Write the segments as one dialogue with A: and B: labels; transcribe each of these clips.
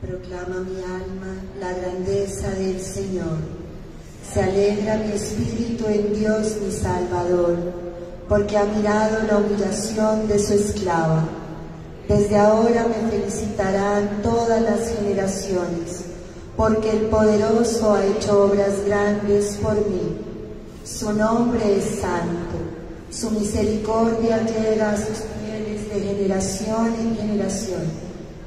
A: Proclama mi alma la grandeza del Señor. Se alegra mi espíritu en Dios mi Salvador, porque ha mirado la humillación de su esclava. Desde ahora me felicitarán todas las generaciones, porque el poderoso ha hecho obras grandes por mí. Su nombre es santo, su misericordia llega a sus fieles de generación en generación.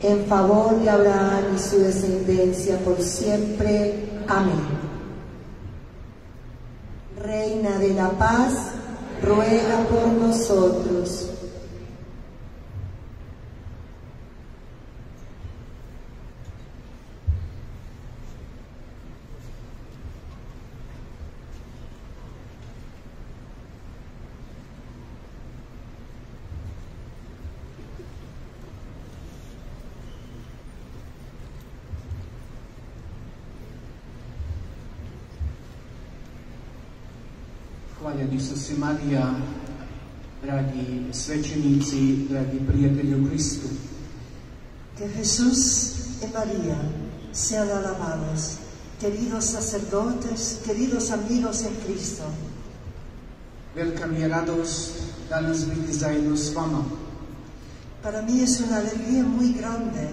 A: en favor de Abraham y su descendencia por siempre. Amén. Reina de la paz, ruega por nosotros.
B: Hvaljeni su se Marija, dragi svećenici, dragi prijatelji u Hristu.
C: Que Jesús y María sean alabados, queridos sacerdotes, queridos amigos en Cristo.
B: Velika mi je radost danas biti zajedno s vama.
C: Para mí es una alegría muy grande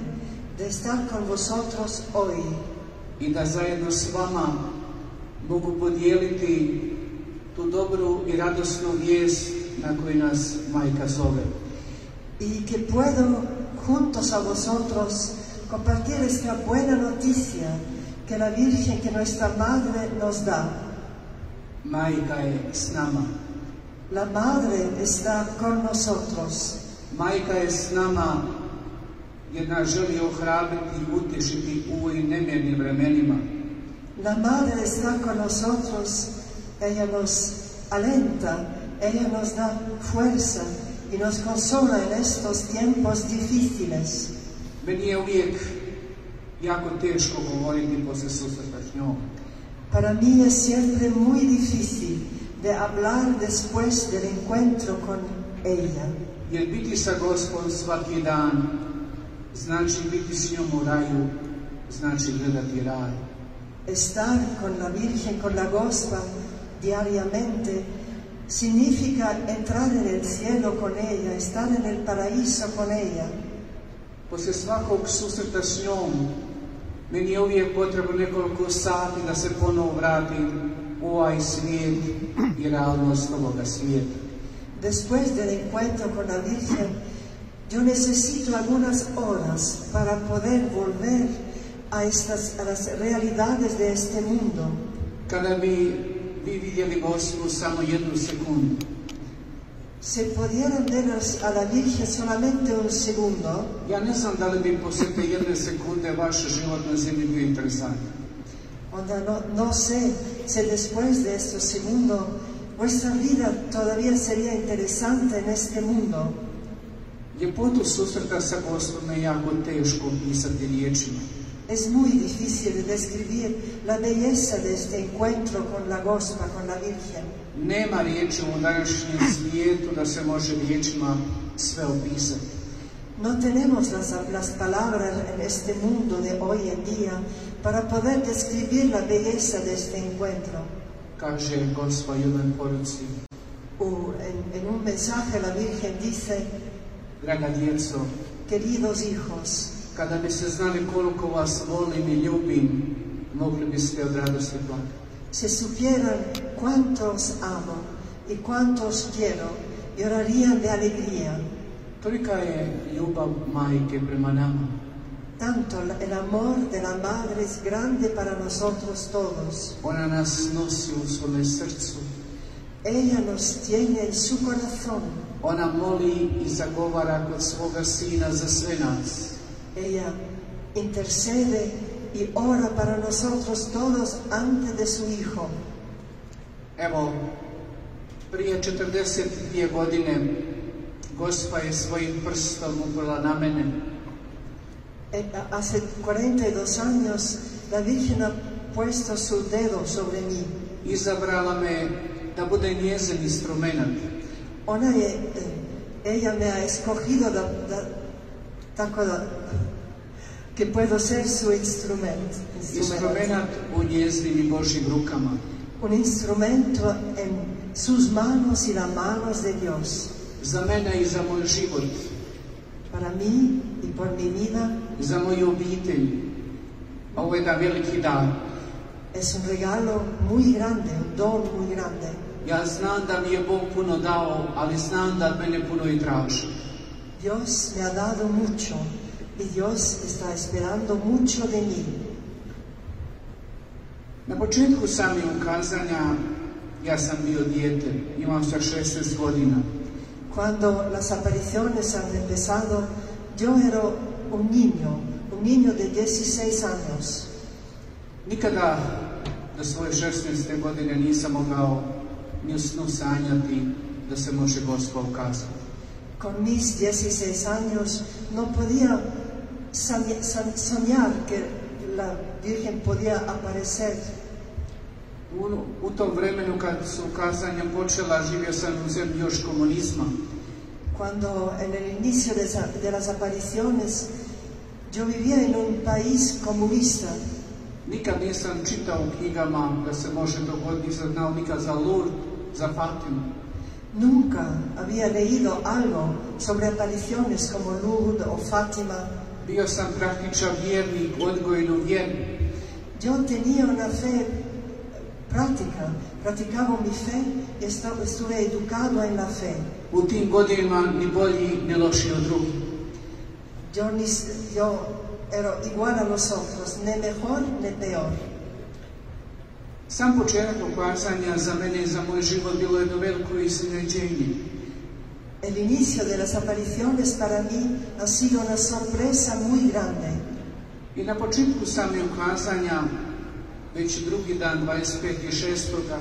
C: de estar con vosotros hoy
B: I da zajedno s vama mogu podijeliti tu dobru i radosnu vijest na koju nas majka zove.
C: y que puedo juntos a vosotros compartir esta buena noticia que la Virgen, que nuestra Madre nos da.
B: Majka je s nama.
C: La Madre está con nosotros.
B: Majka je s nama jer nas želi ohrabriti i utješiti u ovim nemirnim vremenima.
C: La Madre está con nosotros. Ella nos alenta, ella nos da fuerza y nos consola en estos tiempos difíciles.
B: Meni je uvijek jako teško govoriti poslije susreta s njom.
C: Para mí es siempre muy difícil de hablar después del encuentro con ella,
B: Jer biti sa Gospodom svaki dan znači biti s njom u raju, znači gledati raj.
C: estar con la Virgen, con la Gospa diariamente, significa entrar en el cielo con ella, estar en el paraíso con ella.
B: Poslije svakog susreta s njom, meni je uvijek potrebno nekoliko sati da se ponovo vratim u ovaj svijet i realnost ovoga svijeta.
C: Después del encuentro con la Virgen, yo necesito algunas horas para poder volver a, estas, a las realidades de este mundo.
B: Kada bi vi vidjeli Gospu samo jednu sekundu,
C: Se pudieran ver a la Virgen solamente un segundo,
B: ja ne znam da li bi poslije te jedne sekunde vaš život na zemlji bio interesantan.
C: Onda no, no sé si después de este segundo vuestra vida todavía sería interesante en este mundo.
B: Ljepotu susreta sa Gospodom je jako teško opisati riječima.
C: Es muy difícil describir la belleza de este encuentro con la Gospa, con la Virgen.
B: Nema riječi u današnjem svijetu da se može riječima sve opisati.
C: No tenemos las, las palabras en este mundo de hoy en día para poder describir la belleza de este encuentro.
B: Kaže Gospod u jednoj poruci,
C: O en, en un mensaje la Virgen dice,
B: draga djeco,
C: queridos hijos,
B: kada biste znali koliko vas volim i ljubim, mogli biste od radosti plakati.
C: Si supieran cuánto os amo y cuánto os quiero, llorarían de alegría.
B: Tolika je ljubav majke prema nama.
C: Tanto la- el amor de la Madre es grande para nosotros todos.
B: Ona nas nosi u svome srcu.
C: Ella nos tiene en su corazón.
B: Ona moli i zagovara kod svoga sina za sve nas.
C: Ella intercede y ora para nosotros todos antes de su Hijo.
B: Evo, prije 42 godine Gospa je svojim prstom uprla na mene
C: Eh, a- Hace 42 años la Virgen ha puesto su dedo sobre mí.
B: i izabrala me da bude njezin instrument.
C: Ona je, eh, ella me ha escogido da, da- tako da, que puedo ser su instrumento.
B: Instrument u njezinim i Božim rukama.
C: Un instrumento en sus manos y las manos de Dios.
B: Za mene i za moj život,
C: Para mí y por mi vida
B: za moju obitelj. Ovo je jedan veliki dan.
C: es un regalo muy grande, un don muy grande.
B: Ja znam da mi je Bog puno dao, ali znam da od mene puno i traži.
C: Dios me ha dado mucho y Dios está esperando mucho de mí.
B: Na početku samih ukazanja ja sam bio dijete, imam sa 16 godina.
C: Cuando las apariciones han empezado, yo era un niño, un niño de 16 años.
B: Nikada do svoje 16. godine nisam mogao ni u snu sanjati da se može Gospa ukazati.
C: Con mis 16 años no podía soñ- soñ- soñar que la Virgen podía aparecer.
B: U, u tom vremenu kad su ukazanja počela, živio sam u zemlji još komunizma.
C: Cuando en el inicio de, esa- de las apariciones yo vivía en un país comunista.
B: Nikad nisam čitao u knjigama da se može dogoditi, nisam znao nikad za Lourdes, za Fatimu.
C: Nunca había leído algo sobre apariciones como Lourdes o Fátima.
B: Bio sam praktičan vjernik, odgojen u vjeru.
C: Yo tenía una fe práctica, practicaba mi fe y esta- estuve educado en la fe.
B: U tim godinama ni bolji, ni loši od drugih.
C: Yo, ni s- yo era igual a los otros, ni mejor ni peor.
B: Sam početak ukazanja za mene i za moj život bilo jedno veliko iznenađenje.
C: El inicio de las apariciones para mí ha sido una sorpresa muy grande.
B: I na početku same ukazanja, već drugi dan, 25.6.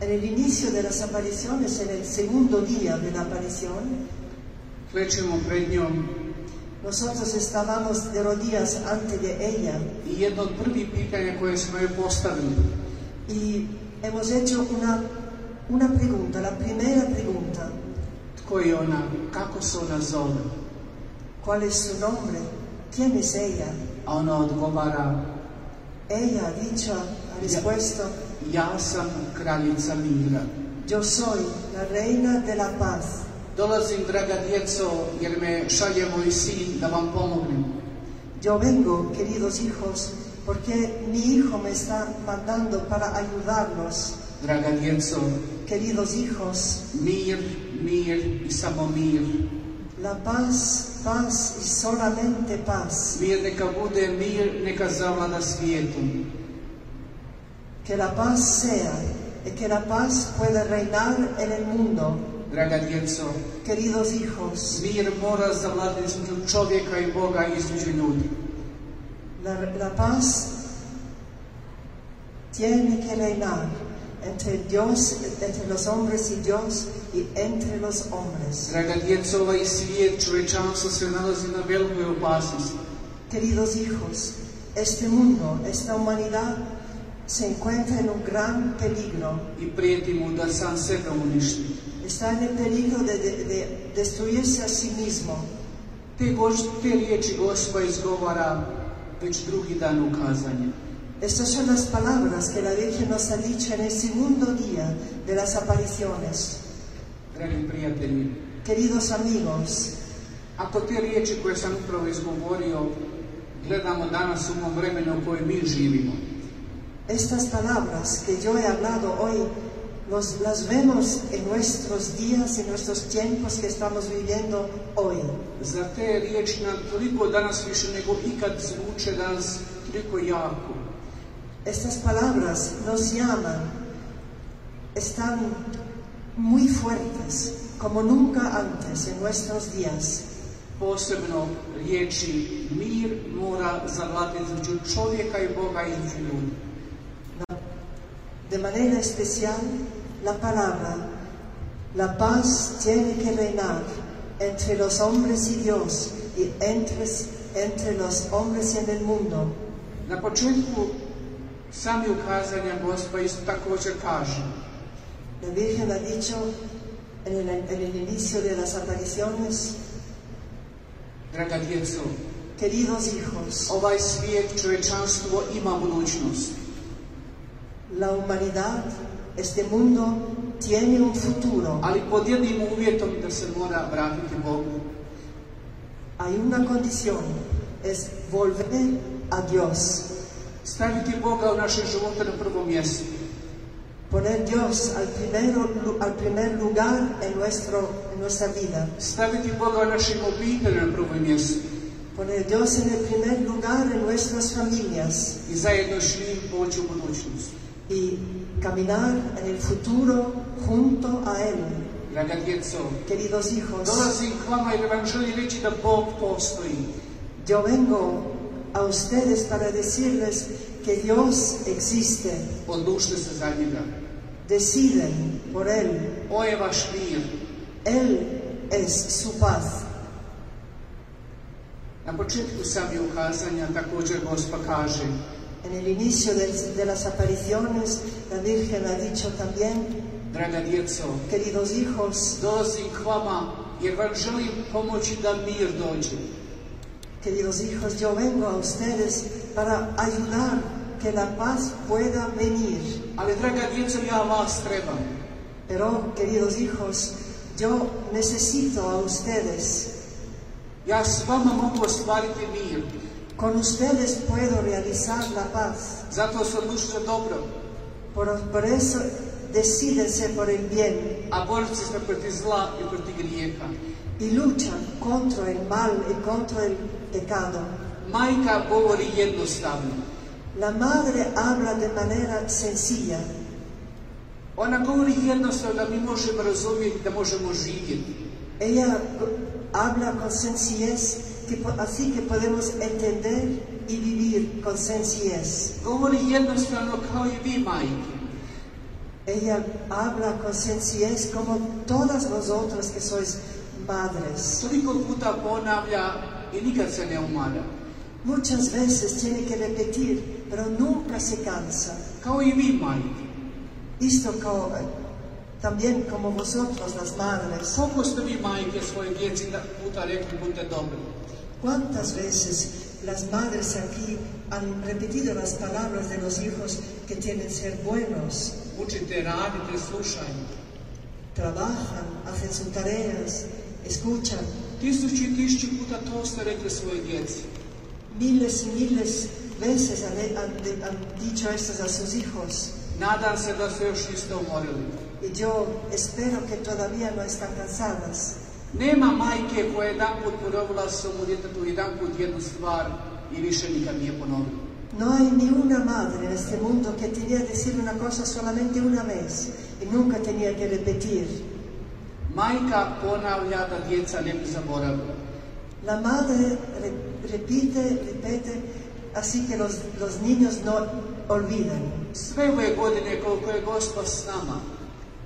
C: En el inicio de las apariciones, en el segundo día de la aparición,
B: klečemo pred njom
C: nosotros estábamos de rodillas ante de ella
B: i jedno od prvih pitanja koje smo joj postavili,
C: y hemos hecho una, una pregunta, la primera pregunta.
B: tko je ona, kako se ona zove,
C: ¿Cuál es su nombre? ¿Quién es ella?
B: a ona odgovara,
C: Ella ha dicho, ha respuesto,
B: ja sam kraljica mira.
C: yo soy la reina de la paz.
B: Dolazim, draga djeco, jer me šalje moj sin da vam pomognem.
C: Yo vengo, queridos hijos, porque mi hijo me está mandando para ayudarlos.
B: Draga djeco,
C: Queridos hijos,
B: mir, mir i samo mir.
C: la paz, paz y solamente paz.
B: Mir neka bude mir, neka zavlada svijetom.
C: Que la paz sea y que la paz pueda reinar en el mundo.
B: Draga djeco,
C: Queridos hijos,
B: mir mora zavladati između čovjeka i Boga i između ljudi.
C: La, la paz tiene que reinar entre Dios, entre los hombres y Dios y entre los hombres.
B: Draga djeco, ovaj svijet čovečanstva se nalazi na velikoj opasnosti.
C: Queridos hijos, este mundo, esta humanidad se encuentra en un gran peligro.
B: i prijeti mu da sam sebe uništi.
C: Está en el peligro de, de- de destruirse a sí mismo.
B: Te, goš, te riječi Gospa izgovara već drugi dan ukazanja.
C: Estas son las palabras que la Virgen nos ha dicho en el segundo día de las apariciones.
B: Dragi prijatelji,
C: Queridos amigos,
B: ako te riječi koje sam upravo izgovorio gledamo danas u ovom vremenu u kojem mi živimo,
C: Estas palabras que yo he hablado hoy los- las vemos en nuestros días, en nuestros tiempos que estamos viviendo hoy.
B: zar te riječi nam toliko danas više nego ikad zvuče danas toliko jako.
C: Estas palabras nos llaman, están muy fuertes, como nunca antes en nuestros días.
B: Posebno riječi mir mora zavladati između čovjeka i Boga i između ljudi.
C: De manera especial, la palabra, la paz tiene que reinar entre los hombres y Dios y entre, entre los hombres y en el mundo.
B: Na početku sami ukazanja Gospa isto također kaže
C: La Virgen ha dicho en el, en el inicio de las apariciones,
B: Draga djeco,
C: queridos hijos,
B: ovaj svijet, čovječanstvo ima budućnost.
C: la humanidad, este mundo, tiene un futuro.
B: Ali pod jednim uvjetom da se mora vratiti Bogu.
C: Hay una condición, es volver a Dios,
B: Staviti Boga u naše živote na prvo mjesto.
C: poner Dios al, primero, lu- al primer lugar en, nuestro, en nuestra vida,
B: Staviti Boga u našim obitelji na prvo mjesto.
C: poner Dios en el primer lugar en nuestras familias
B: I zajedno s njim poći u budućnost.
C: y caminar en el futuro junto a Él.
B: Draga djeco,
C: Queridos hijos,
B: dolazim k vama jer vam želim reći da Bog postoji.
C: yo vengo a ustedes para decirles que Dios existe,
B: Odlučite se za njega.
C: deciden por Él.
B: O je vaš mir.
C: Él es su paz.
B: Na početku sami ukazanja također Gospa kaže
C: En el inicio del- de las apariciones, la Virgen ha dicho también,
B: Draga djeco,
C: queridos hijos,
B: dolazim k vama jer vam želim pomoći da mir dođe.
C: queridos hijos, yo vengo a ustedes para ayudar que la paz pueda venir.
B: Ali draga djeco, ja vas trebam.
C: Pero, queridos hijos, yo necesito a ustedes.
B: Ja s vama mogu ostvariti mir.
C: Con ustedes puedo realizar la paz.
B: Zato se odlučite dobro,
C: Por, por eso, decídense por el bien
B: a borite se protiv zla i protiv grijeha.
C: y luchan contra el mal y contra el pecado.
B: Majka govori jednostavno.
C: La madre habla de manera sencilla.
B: Ona govori jednostavno da mi možemo razumjeti, da možemo živjeti.
C: Ella habla con sencillez, que po- así que podemos entender y vivir con sencillez.
B: Govori jednostavno kao i vi, majke.
C: Ella habla con sencillez como todas vosotras que sois madres.
B: Toliko puta ponavlja i nikad se ne umara.
C: Muchas veces tiene que repetir, pero nunca se cansa.
B: Kao i vi, majke.
C: Esto como- también como vosotros las madres.
B: Koliko ste vi, majke, svoje djeci da puta rekli budite dobri?
C: ¿Cuántas veces las madres aquí han repetido las palabras de los hijos que tienen ser buenos,
B: Učite, radite, slušajte.
C: trabajan, hacen sus tareas, escuchan?
B: Tisući i tisući puta to ste rekli svoje djeci.
C: Miles y miles veces han, han- de- han dicho esto a sus hijos
B: Nadam se da se još niste umorili.
C: y yo espero que todavía no están cansadas.
B: Nema majke koja je jedan put ponovila svom djetetu jedan put jednu stvar i više nikad nije ponovila.
C: No hay ni una madre en este mundo que tenía que decir una cosa solamente una vez y nunca tenía que repetir.
B: Majka ponavlja da djeca ne bi zaboravila.
C: La madre re- repite, repite, así que los, los niños no olvidan.
B: Sve ove godine koliko je Gospa s nama,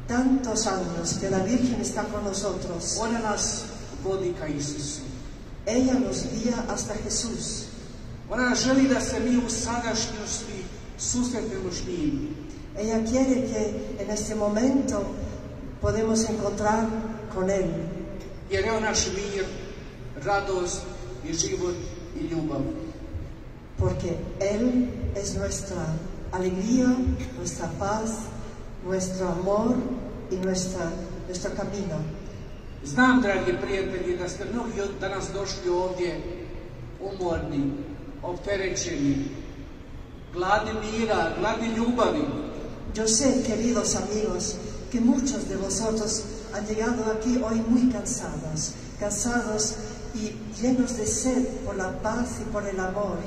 C: Tantos años que la Virgen está con nosotros,
B: ona nas vodi ka Isusu.
C: ella nos guía hasta Jesús.
B: Ona želi da se mi u sadašnjosti susretnemo s njim.
C: Ella quiere que en este momento podemos encontrar con Él,
B: Jer je on naš mir, radost i život i ljubav.
C: porque Él es nuestra alegría, nuestra paz, nuestro amor y nuestra, nuestro camino.
B: Znam, dragi prijatelji, da ste mnogi od danas došli ovdje umorni, opterećeni, gladni mira, gladni ljubavi.
C: Yo sé, queridos amigos, que muchos de vosotros han llegado aquí hoy muy cansados, cansados y llenos de sed por la paz y por el amor.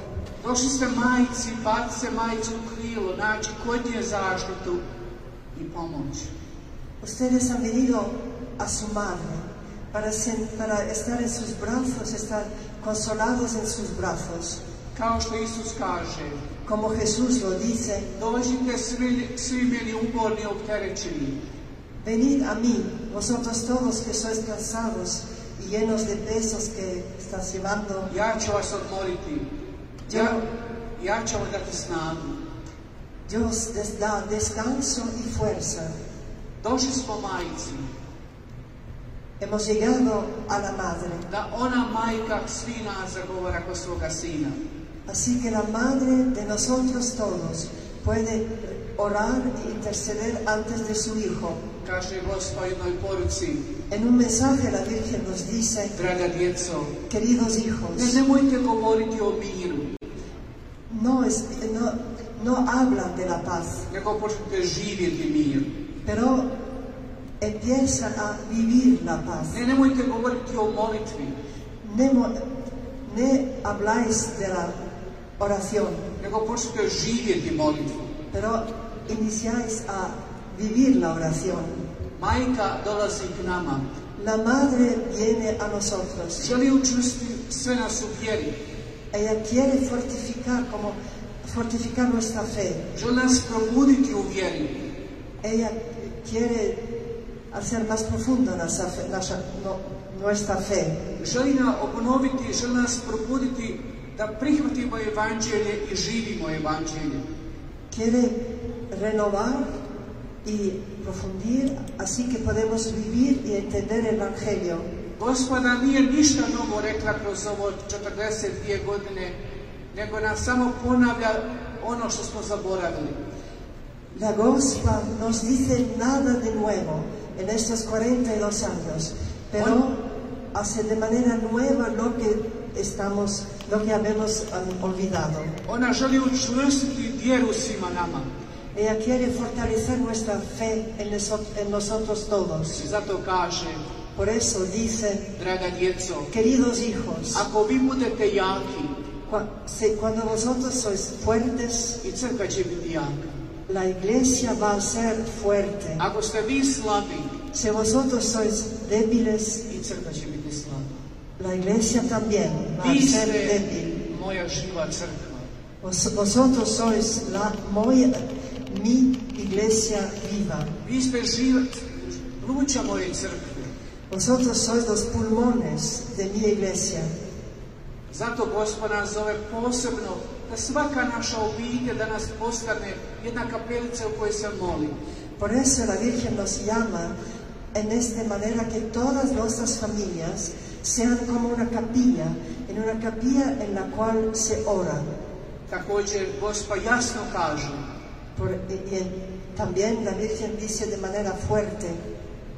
B: Došli ste majci, bacite se majcu u krilo, naći kod nje zaštitu i pomoć.
C: Ustedes han venido a su madre, para, sen- para estar en sus brazos, estar consolados en sus brazos.
B: Kao što Isus kaže,
C: Como Jesús lo dice,
B: dođite svi, svi bili uporni i opterećeni,
C: venid a mí, vosotros todos que sois cansados y llenos de pesos que estás llevando,
B: ja ću vas odmoriti, ja, ja ću vam dati snagu.
C: Dios les da descanso y fuerza.
B: Došli smo majici,
C: Hemos llegado a la madre.
B: da ona majka svi nas zagovara kod svoga sina.
C: Así que la Madre de nosotros todos puede orar e interceder antes de su Hijo.
B: Kaže Gospa u jednoj poruci,
C: En un mensaje la Virgen nos dice,
B: draga djeco,
C: queridos
B: ne
C: hijos,
B: nemojte govoriti o miru,
C: no, es- no, no hablan de la paz,
B: nego počnite živjeti mir.
C: pero empiezan a vivir la paz.
B: Ne nemojte govoriti o molitvi,
C: Ne, mo- ne habláis de la oración,
B: nego počnite živjeti molitvu.
C: pero iniciáis a vivir la oración.
B: Majka dolazi k nama,
C: La Madre viene a nosotros.
B: želi učvrstiti sve nas u vjeri,
C: Ella quiere fortificar, como fortificar nuestra fe.
B: želi nas probuditi u vjeri,
C: Ella quiere hacer más profunda nuestra fe. nuestra- no- nuestra fe.
B: želi nas obnoviti, želi nas probuditi da prihvatimo evanđelje i živimo evanđelje.
C: Quiere renovar y profundir, así que podemos vivir y entender el Evangelio.
B: Gospoda nije ništa novo rekla kroz ovo 42 godine, nego nas samo ponavlja ono što smo zaboravili.
C: La Gospa nos dice nada de nuevo en estos 42 años, pero
B: Bueno.
C: hace de manera nueva lo que estamos, lo que habemos ah, olvidado.
B: Ona želi učvrstiti vjeru svima nama.
C: Ella quiere fortalecer nuestra fe en, eso- en nosotros todos.
B: I zato kaže,
C: Por eso dice,
B: draga djeco,
C: queridos hijos,
B: ako vi budete jaki,
C: cua- si- cuando vosotros sois fuertes,
B: i crkva će biti jaka.
C: la iglesia va a ser fuerte.
B: Ako ste vi slabi,
C: Si vosotros sois débiles,
B: i crkva će biti slaba.
C: la iglesia también va a
B: Vi
C: ser
B: ste
C: débil.
B: moja živa crkva.
C: Vos- vosotros sois la muy- mi iglesia viva.
B: Vi ste živa, pluća moje crkve.
C: Vosotros sois los pulmones de mi iglesia.
B: Zato Gospod nas zove posebno da svaka naša obitelj danas postane jedna kapelica u kojoj se moli.
C: Por eso la Virgen nos llama en esta manera que todas nuestras familias sean como una capilla, en una capilla en la cual se ora.
B: Također Gospod jasno kaže,
C: Por- y- y también la Virgen dice de manera fuerte,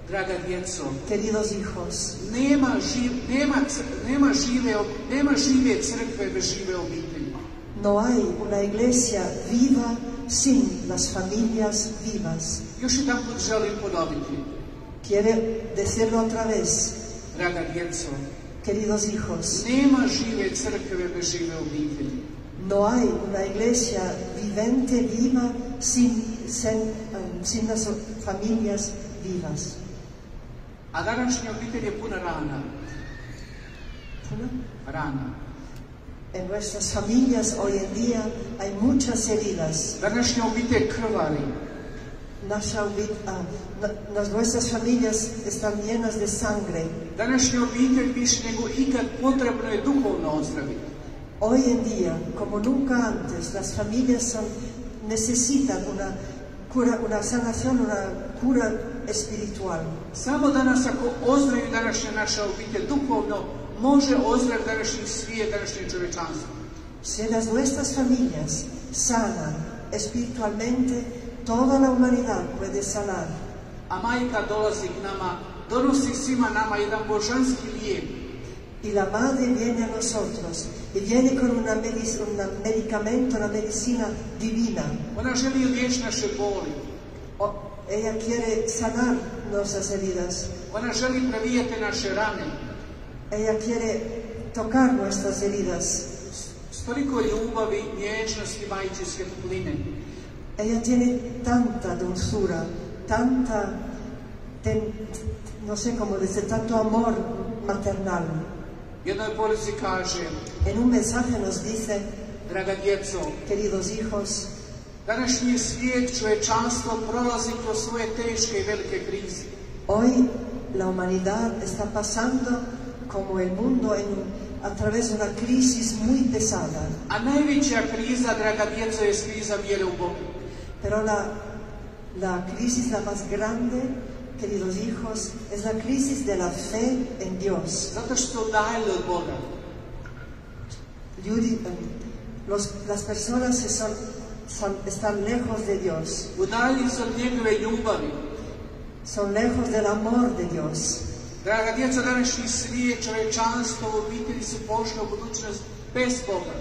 B: draga djeco,
C: queridos hijos,
B: nema, živ, nema, cr- nema, žive, ob- nema žive crkve bez žive obitelji.
C: no hay una iglesia viva sin las familias vivas.
B: Još jedan put želim ponoviti,
C: Quiere decirlo otra vez,
B: draga djeco,
C: queridos hijos,
B: nema žive crkve bez žive obitelji.
C: no hay una iglesia vivente viva sin, sin, um, sin las familias vivas.
B: A današnja obitelj je puna rana.
C: ¿no?
B: Rana.
C: En nuestras familias hoy en día hay muchas heridas.
B: Današnja obitelj krvari.
C: Naša obi- ah, na- nas- nuestras familias están llenas de sangre.
B: Današnja obitelj više nego ikad potrebno je duhovno ozdraviti.
C: Hoy en día, como nunca antes, las familias son- necesitan una, cura, una sanación, una cura espiritual.
B: Samo danas ako ozdravi današnja naša obitelj duhovno, može ozdrav današnji svijet, današnje čovečanstvo.
C: Si las nuestras familias sanan espiritualmente, toda la humanidad puede sanar.
B: A majka dolazi k nama, donosi svima nama jedan božanski lijek.
C: Y la madre viene a nosotros y viene con un medicamento, una medicina divina.
B: Ona želi liječiti naše boli.
C: O- ella quiere sanar nuestras heridas.
B: Ona želi previjati naše rane.
C: Ella quiere tocar nuestras heridas.
B: S toliko ljubavi, nježnosti, majčinske topline.
C: Ella tiene tanta dulzura, tanta, ten- no sé cómo decir, tanto amor maternal.
B: I jednoj poruci kaže,
C: En un mensaje nos dice,
B: draga djeco,
C: queridos hijos,
B: današnji svijet čovječanstvo prolazi kroz svoje teške i velike krize.
C: hoy la humanidad está pasando como el mundo en- a través de una crisis muy pesada,
B: A najveća kriza, draga djeco, je kriza vjere u Boga.
C: pero la, la crisis la más grande, queridos hijos, es la crisis de la fe en Dios.
B: Zato što su udaljeni od Boga.
C: Yuri, los- las personas que son- son- están lejos de Dios,
B: Udaljeni su od njegove ljubavi.
C: son lejos del amor de Dios.
B: Draga djeco, današnji svijet, čovječanstvo, obitelji su pošle u budućnost bez Boga.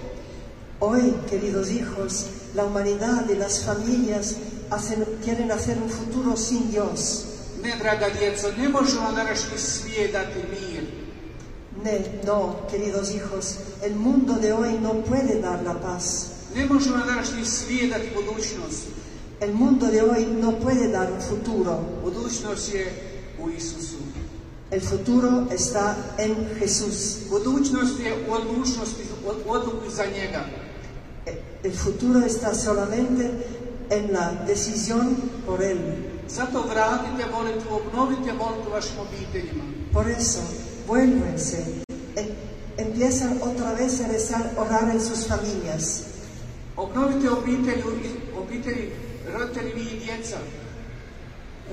C: Hoy, queridos hijos, la humanidad y las familias hacen- quieren hacer un futuro sin Dios.
B: Ne, draga djeco, ne može vam današnji svijet dati mir.
C: Ne, no, queridos hijos, el mundo de hoy no puede dar la paz.
B: Ne može vam današnji svijet dati budućnost.
C: El mundo de hoy no puede dar un futuro.
B: Budućnost je u Isusu.
C: El futuro está en Jesús.
B: Budućnost je u odlučnosti, u odluku za njega.
C: El futuro está solamente en la decisión por Él.
B: Zato vratite molitvu, obnovite molitvu vašim obiteljima.
C: Por eso, vuélvense, em- empiezan otra vez a rezar, orar en sus familias.
B: Obnovite obitelju, i- obitelji, roditelji vi i djeca.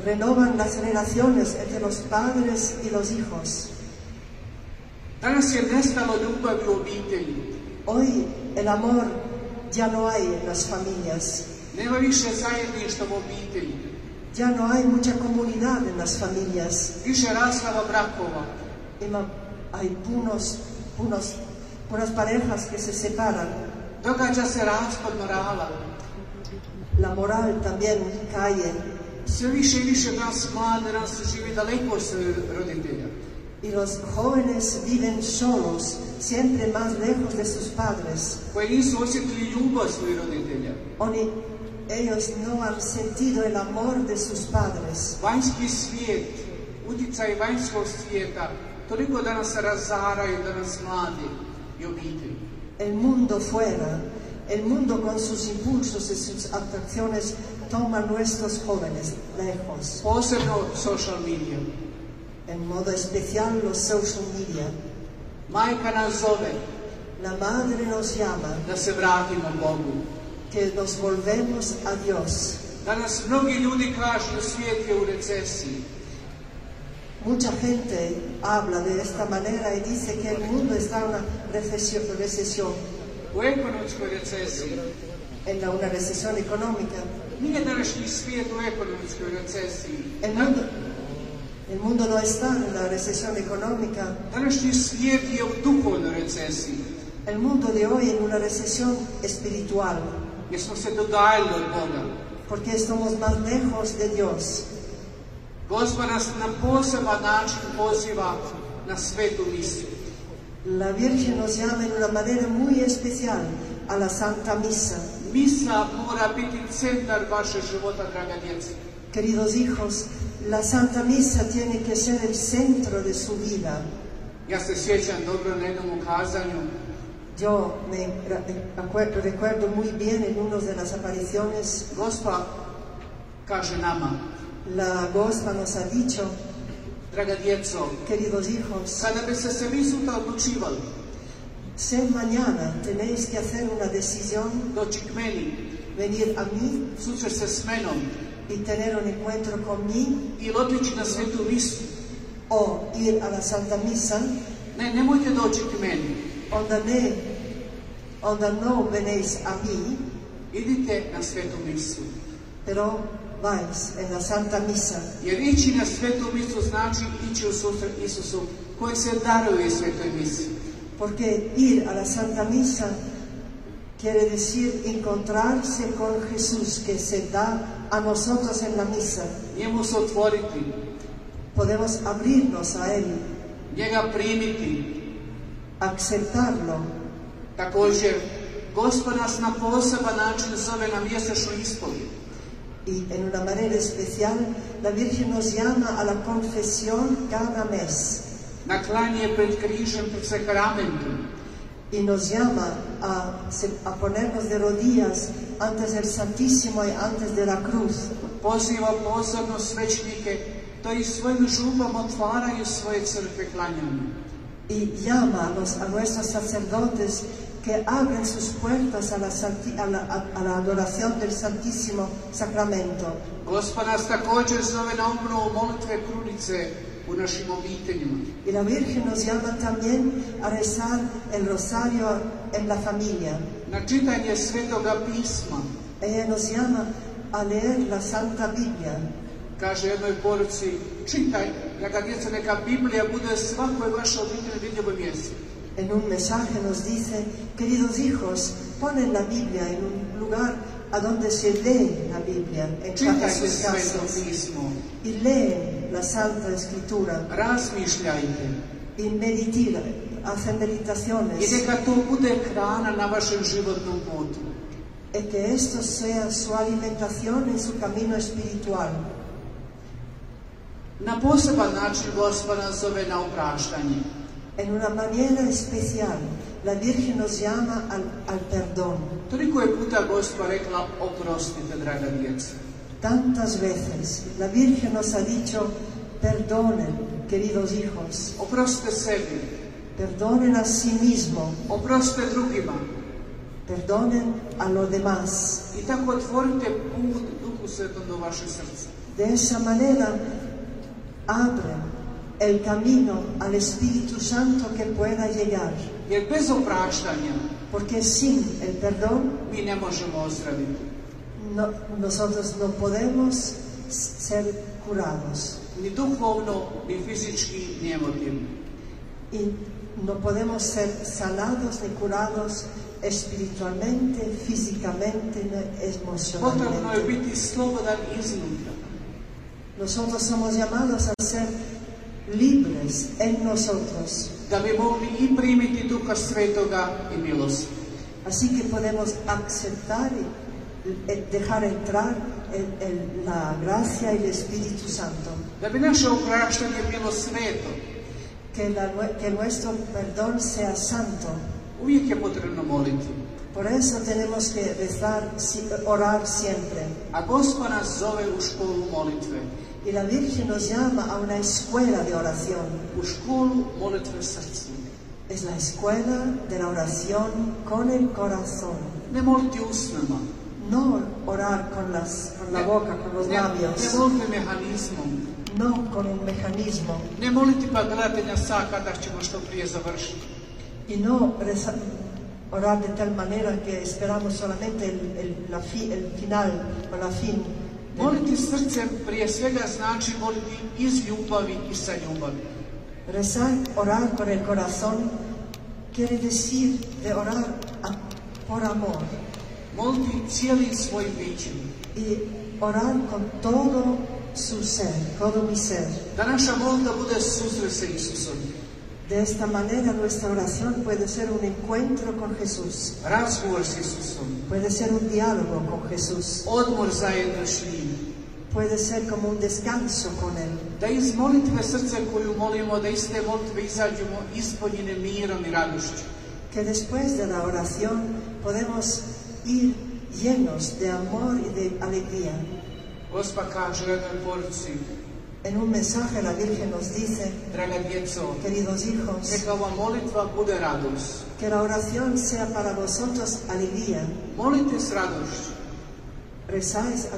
C: Renovan las relaciones entre los padres y los hijos.
B: Danas je nestalo ljubavi u obitelji.
C: Hoy el amor ya no hay en las familias,
B: Nema više zajedništva u obitelji.
C: ya no hay mucha comunidad en las familias.
B: Više rastava brakova.
C: Ima- Hay unos, unos, unas parejas que se separan.
B: Događa se raspad morala.
C: La moral también cae
B: Sve više i više nas mlade, nas živi daleko od svojih roditelja.
C: y los jóvenes viven solos, siempre más lejos de sus padres.
B: koji nisu osjetili ljubav svojih roditelja.
C: Oni, ellos no han sentido el amor de sus padres.
B: Vanjski svijet, utjecaj vanjskog svijeta, toliko danas se razaraju danas mladi i obitelji.
C: El mundo fuera, el mundo con sus impulsos y sus atracciones toma a nuestros jóvenes lejos.
B: Posebno social media.
C: En modo especial los social media.
B: Majka nas zove
C: La madre nos llama
B: da se vratimo Bogu.
C: que nos volvemos a Dios.
B: Danas mnogi ljudi kažu svijet je u recesiji.
C: Mucha gente habla de esta manera y dice que el mundo está en una recesión, recesión,
B: U ekonomskoj recesiji.
C: en la- una recesión económica.
B: Nije današnji svijet u ekonomskoj recesiji.
C: El
B: Da-
C: mundo, el mundo no está en la recesión económica.
B: Današnji svijet je u duhovnoj recesiji.
C: El mundo de hoy en una recesión espiritual,
B: Jer smo se dodaljili od Boga.
C: porque estamos más lejos de Dios.
B: Gospod nas na poseban način poziva na svetu misiju.
C: La Virgen nos llama en una manera muy especial a la Santa Misa.
B: Misa mora biti centar vašeg života, draga djeca.
C: Queridos hijos, la Santa Misa tiene que ser el centro de su vida.
B: Ja se sjećam dobro na jednom ukazanju,
C: Yo me ra- acuer- recuerdo muy bien en una de las apariciones,
B: Gospa kaže nama,
C: la Gospa nos ha dicho,
B: draga djeco,
C: queridos hijos,
B: kada biste se vi sutra odlučivali
C: sé mañana tenéis que hacer una decisión,
B: doći k meni,
C: venir a mí
B: sutra se s menom
C: y tener un encuentro con mí
B: i otići na svetu misu,
C: o ir a la Santa Misa,
B: ne, nemojte doći k meni,
C: onda, ne, onda no venéis a mí,
B: idite na svetu misu.
C: pero vais en la Santa Misa.
B: Jer ići na svetu misu znači ići u susret Isusu koji se daruje svetoj misi.
C: Porque ir a la Santa Misa quiere decir encontrarse con Jesús que se da a nosotros en la misa.
B: Njemu se otvoriti,
C: Podemos abrirnos a Él,
B: njega primiti.
C: aceptarlo.
B: Također, Gospod nas na poseban način zove na mjesečnu ispovijed.
C: Y en una manera especial, la Virgen nos llama a la confesión cada mes
B: Наклanje pred križem, pred sakramentom.
C: y nos llama a, se- a ponernos de rodillas antes del Santísimo y antes de la cruz.
B: Poziva pozorno svećnike da i svojim župom otvaraju svoje crkve klanjanju.
C: Y llama a, los- a nuestros sacerdotes que abren sus puertas a la, santi- a la- a- a la adoración del Santísimo Sacramento.
B: Gospod nas također zove na obnovu molitve krunice u našim obiteljima.
C: Y la Virgen nos llama también a rezar el rosario en la familia.
B: Na čitanje svetoga pisma
C: Ella nos llama a leer la Santa Biblia.
B: kaže jednoj poruci čitaj, neka djeca, neka Biblija bude svakoj vašoj obitelji vidljivo mjesto.
C: En un mensaje nos dice, queridos hijos, ponen la Biblia en un lugar a donde se lee la Biblia, en cada
B: Čitajte
C: sus
B: sveto
C: casas,
B: pismo,
C: y leen la Santa Escritura,
B: razmišljajte
C: y meditar, hacen
B: i
C: meditaciones,
B: neka to bude hrana na vašem životnom putu.
C: y que esto sea su alimentación en su camino espiritual.
B: Na poseban način Gospod nas zove na opraštanje.
C: En una manera especial, la Virgen nos llama al, al perdón.
B: Toliko je puta Gospod rekla oprostite, draga djeca.
C: Tantas veces la Virgen nos ha dicho, perdonen, queridos hijos,
B: Oprostite sebi,
C: perdonen a sí mismo,
B: oprostite drugima
C: perdonen a los demás.
B: i tako otvorite put Duhu Svetom do vaše srce.
C: De esa manera abren el camino al Espíritu Santo que pueda llegar,
B: Jer bez opraštanja
C: porque sin el perdón
B: mi ne možemo ozdraviti.
C: no- nosotros no podemos ser curados.
B: Ni duhovno, ni fizički, ni emotivno.
C: y no podemos ser sanados ni curados espiritualmente, físicamente, ne-
B: Potrebno je
C: emocionalmente.
B: biti slobodan iznutra.
C: Nosotros somos llamados a ser libres en nosotros,
B: da bi mogli i primiti Duha Svetoga i milost.
C: así que podemos aceptar y eh, dejar entrar el- el- la gracia y el Espíritu Santo,
B: Da bi naše opraštanje bilo sveto,
C: que, la nue- que nuestro perdón sea santo.
B: uvijek je potrebno moliti.
C: Por eso tenemos que rezar, si- orar siempre.
B: A Gospod nas zove u školu molitve,
C: Y la Virgen nos llama a una escuela de oración.
B: u školu molitve srcu.
C: Es la escuela de la oración con el corazón.
B: Ne moliti usnama,
C: No orar con, las, con la
B: ne,
C: boca, con los
B: ne, ne
C: labios.
B: moliti mehanizmom,
C: No con un mecanismo.
B: ne moliti pa gledati na sat kada ćemo što prije završiti.
C: Y no reza- orar de tal manera que esperamos solamente el, el- la fi- el final o la fin.
B: Moliti srcem prije svega znači moliti iz ljubavi i sa ljubavi.
C: Rezar, orar con el corazón, quiere decir de orar a- por amor.
B: Moliti cijelim svojim bićem.
C: y orar con todo su ser, todo mi ser.
B: Da naša molitva bude susret sa Isusom,
C: De esta manera nuestra oración puede ser un encuentro con Jesús,
B: razgovor s Isusom,
C: puede ser un diálogo con Jesús,
B: odmor zajedno s njim.
C: puede ser como un descanso con Él.
B: Da iz molitve srce koju molimo, da iz te molitve izađemo ispunjene mirom i radošću.
C: Que después de la oración podemos ir llenos de amor y de alegría.
B: Gospa kaže u jednoj poruci,
C: En un mensaje la Virgen nos dice,
B: draga djeco,
C: queridos hijos,
B: neka ova molitva bude radost.
C: que la oración sea para vosotros alegría.
B: Molite s radošću.
C: Rezáis,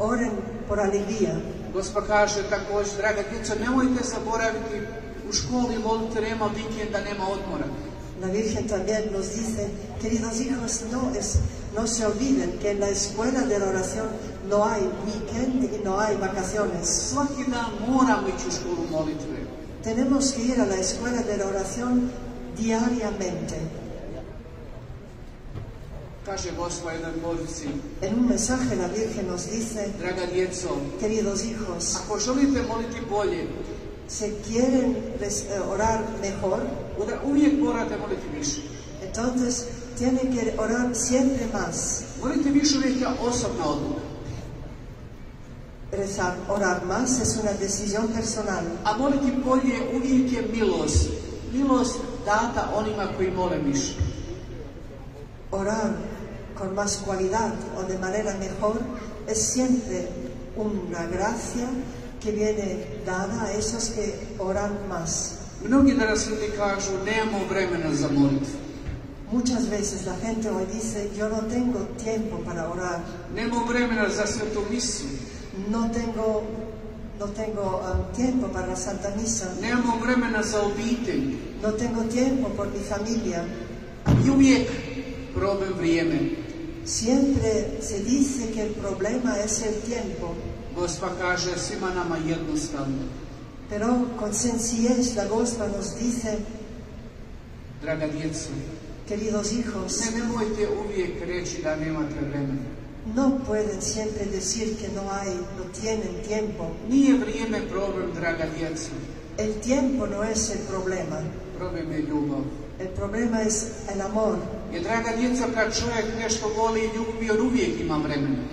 C: oren por alegría.
B: Gospa kaže također, draga djeco, nemojte zaboraviti u školi molite, nema vikenda, nema odmora.
C: La Virgen también nos dice, queridos hijos, no, es, no se olviden que en la escuela de la oración no hay weekend y no hay vacaciones.
B: Svaki dan moramo ići u školu molitve.
C: Tenemos que ir a la escuela de la oración diariamente.
B: Kaže Gospa jedan poruci,
C: En un mensaje la Virgen nos dice,
B: draga djeco,
C: queridos hijos,
B: ako želite moliti bolje,
C: si quieren res- eh, orar mejor,
B: onda uvijek morate moliti više.
C: entonces tienen que orar siempre más.
B: Molite više uvijek je osobna odluka.
C: Rezar, orar más es una decisión personal.
B: A moliti bolje uvijek je milost. Milost data onima koji mole više.
C: Orar con más cualidad o de manera mejor es siempre una gracia que viene dada a esos que oran más.
B: Mnogi danas ljudi kažu nemamo vremena za molitvu,
C: Muchas veces la gente hoy dice, yo no tengo tiempo para orar,
B: nemamo vremena za svetu misu,
C: no tengo, no tengo ah, tiempo para la Santa Misa,
B: nemamo vremena za obitelj
C: no tengo tiempo por mi familia.
B: i uvijek problem vrijeme.
C: Siempre se dice que el problema es el tiempo,
B: Gospa kaže svima nama jednostavno,
C: pero con sencillez la Gospa nos dice,
B: draga djeco,
C: queridos hijos,
B: ne nemojte uvijek reći da nemate vremena.
C: no pueden siempre decir que no hay, no tienen tiempo.
B: Nije vrijeme problem, draga djeco,
C: El tiempo no es el problema,
B: problem je ljubav.
C: el problema es el amor,
B: Jer, draga djeco, kad čovjek nešto voli i ljubi, on uvijek ima vremena.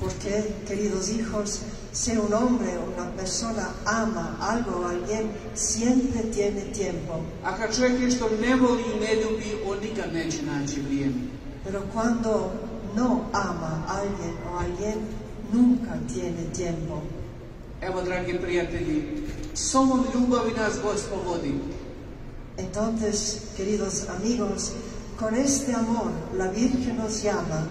C: porque, queridos hijos, si un hombre o una persona ama algo o alguien, siempre tiene tiempo.
B: A kad čovjek nešto ne voli i ne ljubi, on nikad neće naći vrijeme.
C: Pero cuando no ama a alguien o alguien, nunca tiene tiempo.
B: Evo, dragi prijatelji, s ovom ljubavi nas Gospod vodi.
C: Entonces, queridos amigos, con este amor la Virgen nos llama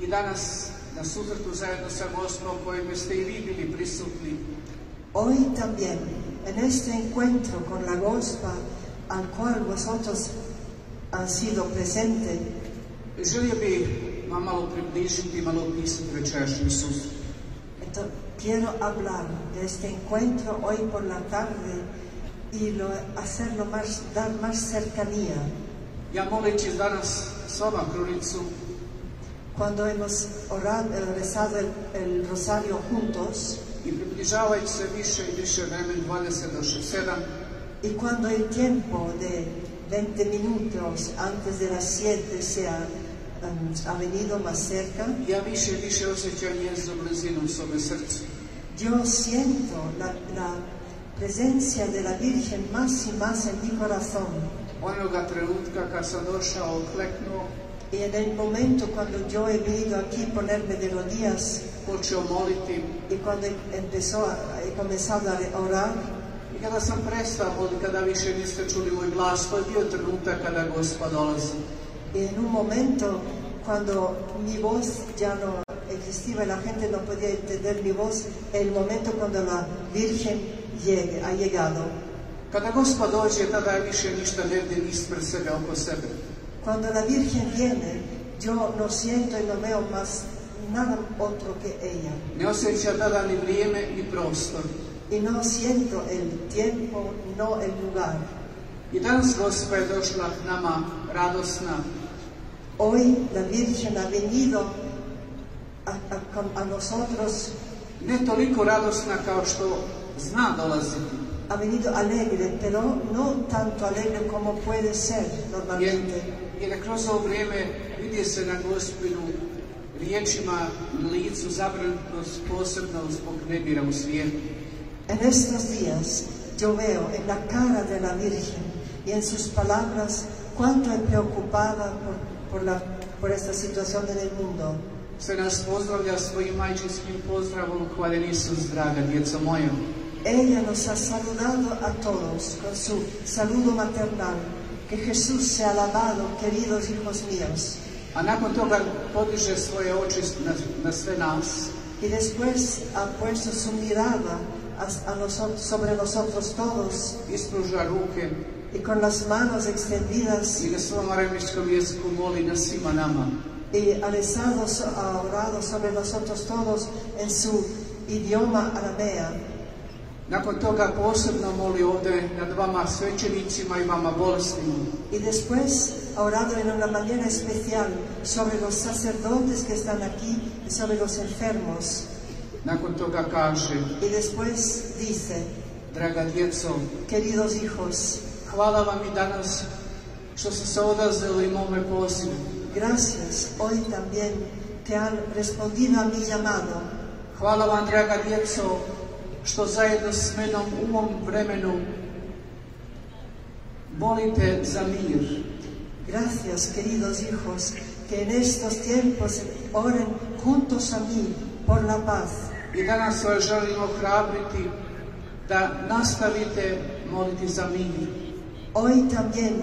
B: I danas na susretu zajedno sa Gospodom kojem ste i vi bili prisutni,
C: hoy también en este encuentro con la Gospa al cual vosotros han sido presentes.
B: želio bih vam malo približiti, malo opisati večerašnji susret.
C: Ento- quiero hablar de este encuentro hoy por la tarde y lo, hacerlo más, dar más cercanía.
B: Ja moleći danas s vama krunicu,
C: Cuando hemos orado, eh, rezado el, el rosario juntos
B: i približavajući se više i više vremen 20 do 67,
C: y cuando el tiempo de 20 minutos antes de las 7 se ha, mm, ha venido más cerca,
B: ja više i više osjećam njezinu blizinu u svome srcu.
C: Yo siento la, la presencia de la Virgen más y más en mi corazón.
B: Onoga trenutka kad sam došao, kleknuo,
C: Y en el momento cuando yo he venido aquí ponerme de rodillas
B: počeo moliti
C: y cuando empezó a- he comenzado a re- a orar,
B: i kada sam prestao moliti, kada više niste čuli moj glas, to je bio trenutak kada Gospod dolazi.
C: y en un momento cuando mi voz ya no existía y la gente no podía entender mi voz, el momento cuando la Virgen llegue, ha llegado.
B: Kada Gospod dođe, tada ja više ništa ne vidim ispred sebe, oko sebe.
C: Cuando la Virgen viene, yo no siento y no veo más nada otro que ella.
B: Ne osjećam tada ni vrijeme, ni prostor.
C: y no siento el tiempo, no el lugar.
B: I danas Gospa je došla k nama radosna,
C: Hoy la Virgen ha venido a, a- con- a nosotros,
B: ne toliko radosna kao što zna dolaziti.
C: ha venido alegre, pero no tanto alegre como puede ser
B: Jer,
C: normalmente.
B: jer kroz ovo vrijeme vidi se na gospinu riječima na licu zabrinutost posebno zbog nemira u svijetu.
C: En estos días yo veo en la cara de la Virgen y en sus palabras cuánto es preocupada por, por la, por esta situación en el mundo.
B: Se nas pozdravlja svojim majčinskim pozdravom, hvaljen Isus, draga djeco moja.
C: Ella nos ha saludado a todos con su saludo maternal. Que Jesús sea alabado, queridos hijos míos.
B: A nakon toga podiže svoje oči na, na sve nas
C: Y después ha puesto su mirada a- a noso- sobre nosotros todos
B: ispruža ruke
C: y con las manos extendidas
B: i na svom aramičkom jeziku moli na svima nama.
C: y alzado so- ha orado sobre nosotros todos en su idioma aramea.
B: Nakon toga posebno moli ovdje nad vama svećenicima i vama bolesnima.
C: Y después ha orado en una manera especial sobre los sacerdotes que están aquí y sobre los enfermos.
B: Nakon toga kaže,
C: Y después dice,
B: draga djeco,
C: queridos hijos,
B: Hvala vam i danas što ste se odazeli mome pozivu.
C: gracias hoy también que han respondido a mi llamado.
B: Hvala vam, draga djeco, što zajedno s menom u ovom vremenu molite za mir.
C: Gracias, queridos hijos, que en estos tiempos oren juntos a mí por la paz.
B: I danas vas želim ohrabriti da nastavite moliti za mir.
C: Hoy también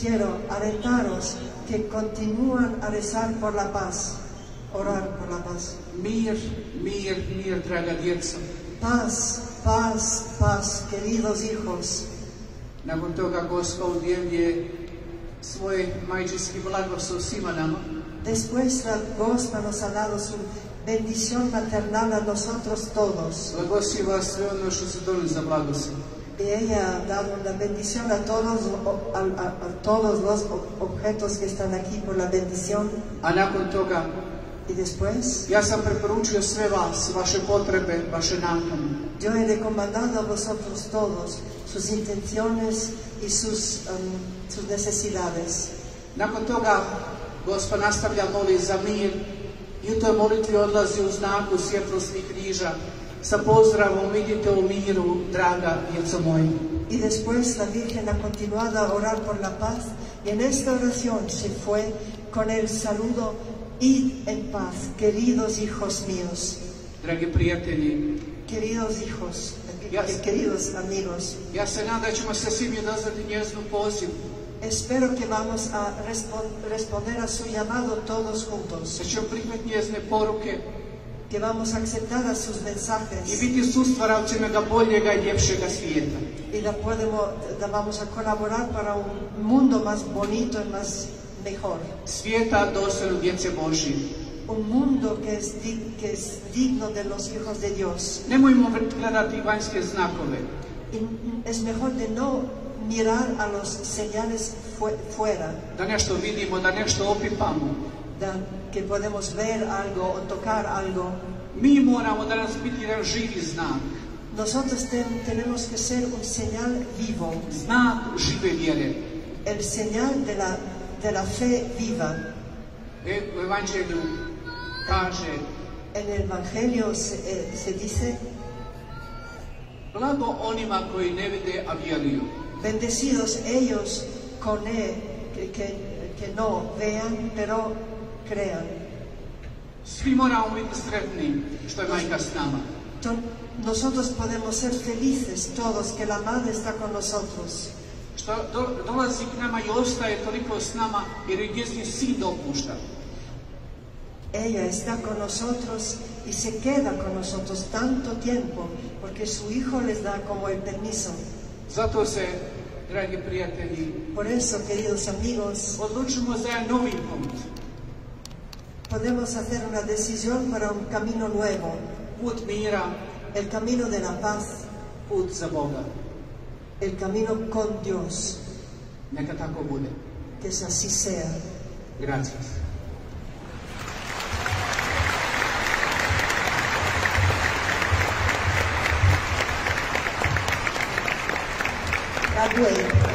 C: quiero alentaros que continúan a rezar por la paz, orar por la paz.
B: Mir, mir, mir, draga djeco.
C: Paz, paz, paz, queridos hijos.
B: Nakon toga Gospod je svoj majčinski blagoslov svima nama.
C: Después la Gospa nos ha dado su bendición maternal a nosotros todos.
B: Blagosi vas sve ono što se doli za blagoslov.
C: Y ella ha dado una bendición a todos, o- a, a- a todos los ob- objetos que están aquí por la bendición.
B: A nakon toga,
C: Y después
B: ja sam preporučio sve vas, vaše potrebe, vaše nakane.
C: yo he recomendado a vosotros todos sus intenciones y sus, um, sus necesidades.
B: Nakon toga, Gospod nastavlja moli za mir i u toj molitvi odlazi u znaku svjetlosnih križa sa pozdravom vidite u miru, draga djeco moji.
C: Y después la Virgen ha continuado a orar por la paz y en esta oración se fue con el saludo y en paz, queridos hijos míos,
B: Dragi prijatelji,
C: queridos hijos, eh,
B: Ya.
C: queridos amigos.
B: ja se nadam da ćemo se svi mi odazvati njeznu pozivu,
C: Espero que vamos a respon- responder a su llamado todos juntos,
B: da ćemo prihvatiti njezne poruke
C: que vamos a aceptar a sus
B: i
C: mensajes
B: biti sustvaravci jednoga boljega i ljepšega svijeta.
C: y la podemos, la vamos a colaborar para un mundo más bonito y más mejor.
B: Svijeta dostojnog djece Božije.
C: Un mundo que es, di- que es digno de los hijos de Dios.
B: Nemojmo gledati vanjske znakove,
C: Y es mejor de no mirar a los señales fue- fuera,
B: da nešto vidimo, da nešto opipamo,
C: da- que podemos ver algo o tocar algo.
B: Mi moramo danas biti jedan živi znak,
C: Nosotros ten- tenemos que ser un señal vivo,
B: znak žive vjere.
C: el señal de la, de la fe viva.
B: E- U evanđelju kaže,
C: En el Evangelio se, eh, se dice,
B: blago onima koji ne vide, a vjeruju.
C: bendecidos ellos con él, que, que- que no vean, pero crean.
B: Svi moramo biti sretni što je majka s nama.
C: To- Nosotros podemos ser felices todos que la Madre está con nosotros.
B: Što do- dolazi k nama i ostaje toliko s nama jer je njezin sin dopušta.
C: Ella está con nosotros y se queda con nosotros tanto tiempo porque su Hijo les da como el permiso.
B: Zato se, dragi prijatelji,
C: Por eso, queridos amigos,
B: odlučimo za jedan novi put.
C: podemos hacer una decisión para un camino nuevo,
B: Put mira,
C: el camino de la paz,
B: put za Boga.
C: el camino con Dios.
B: Neka tako bude.
C: Que eso así sea.
B: Gracias.
C: Adue.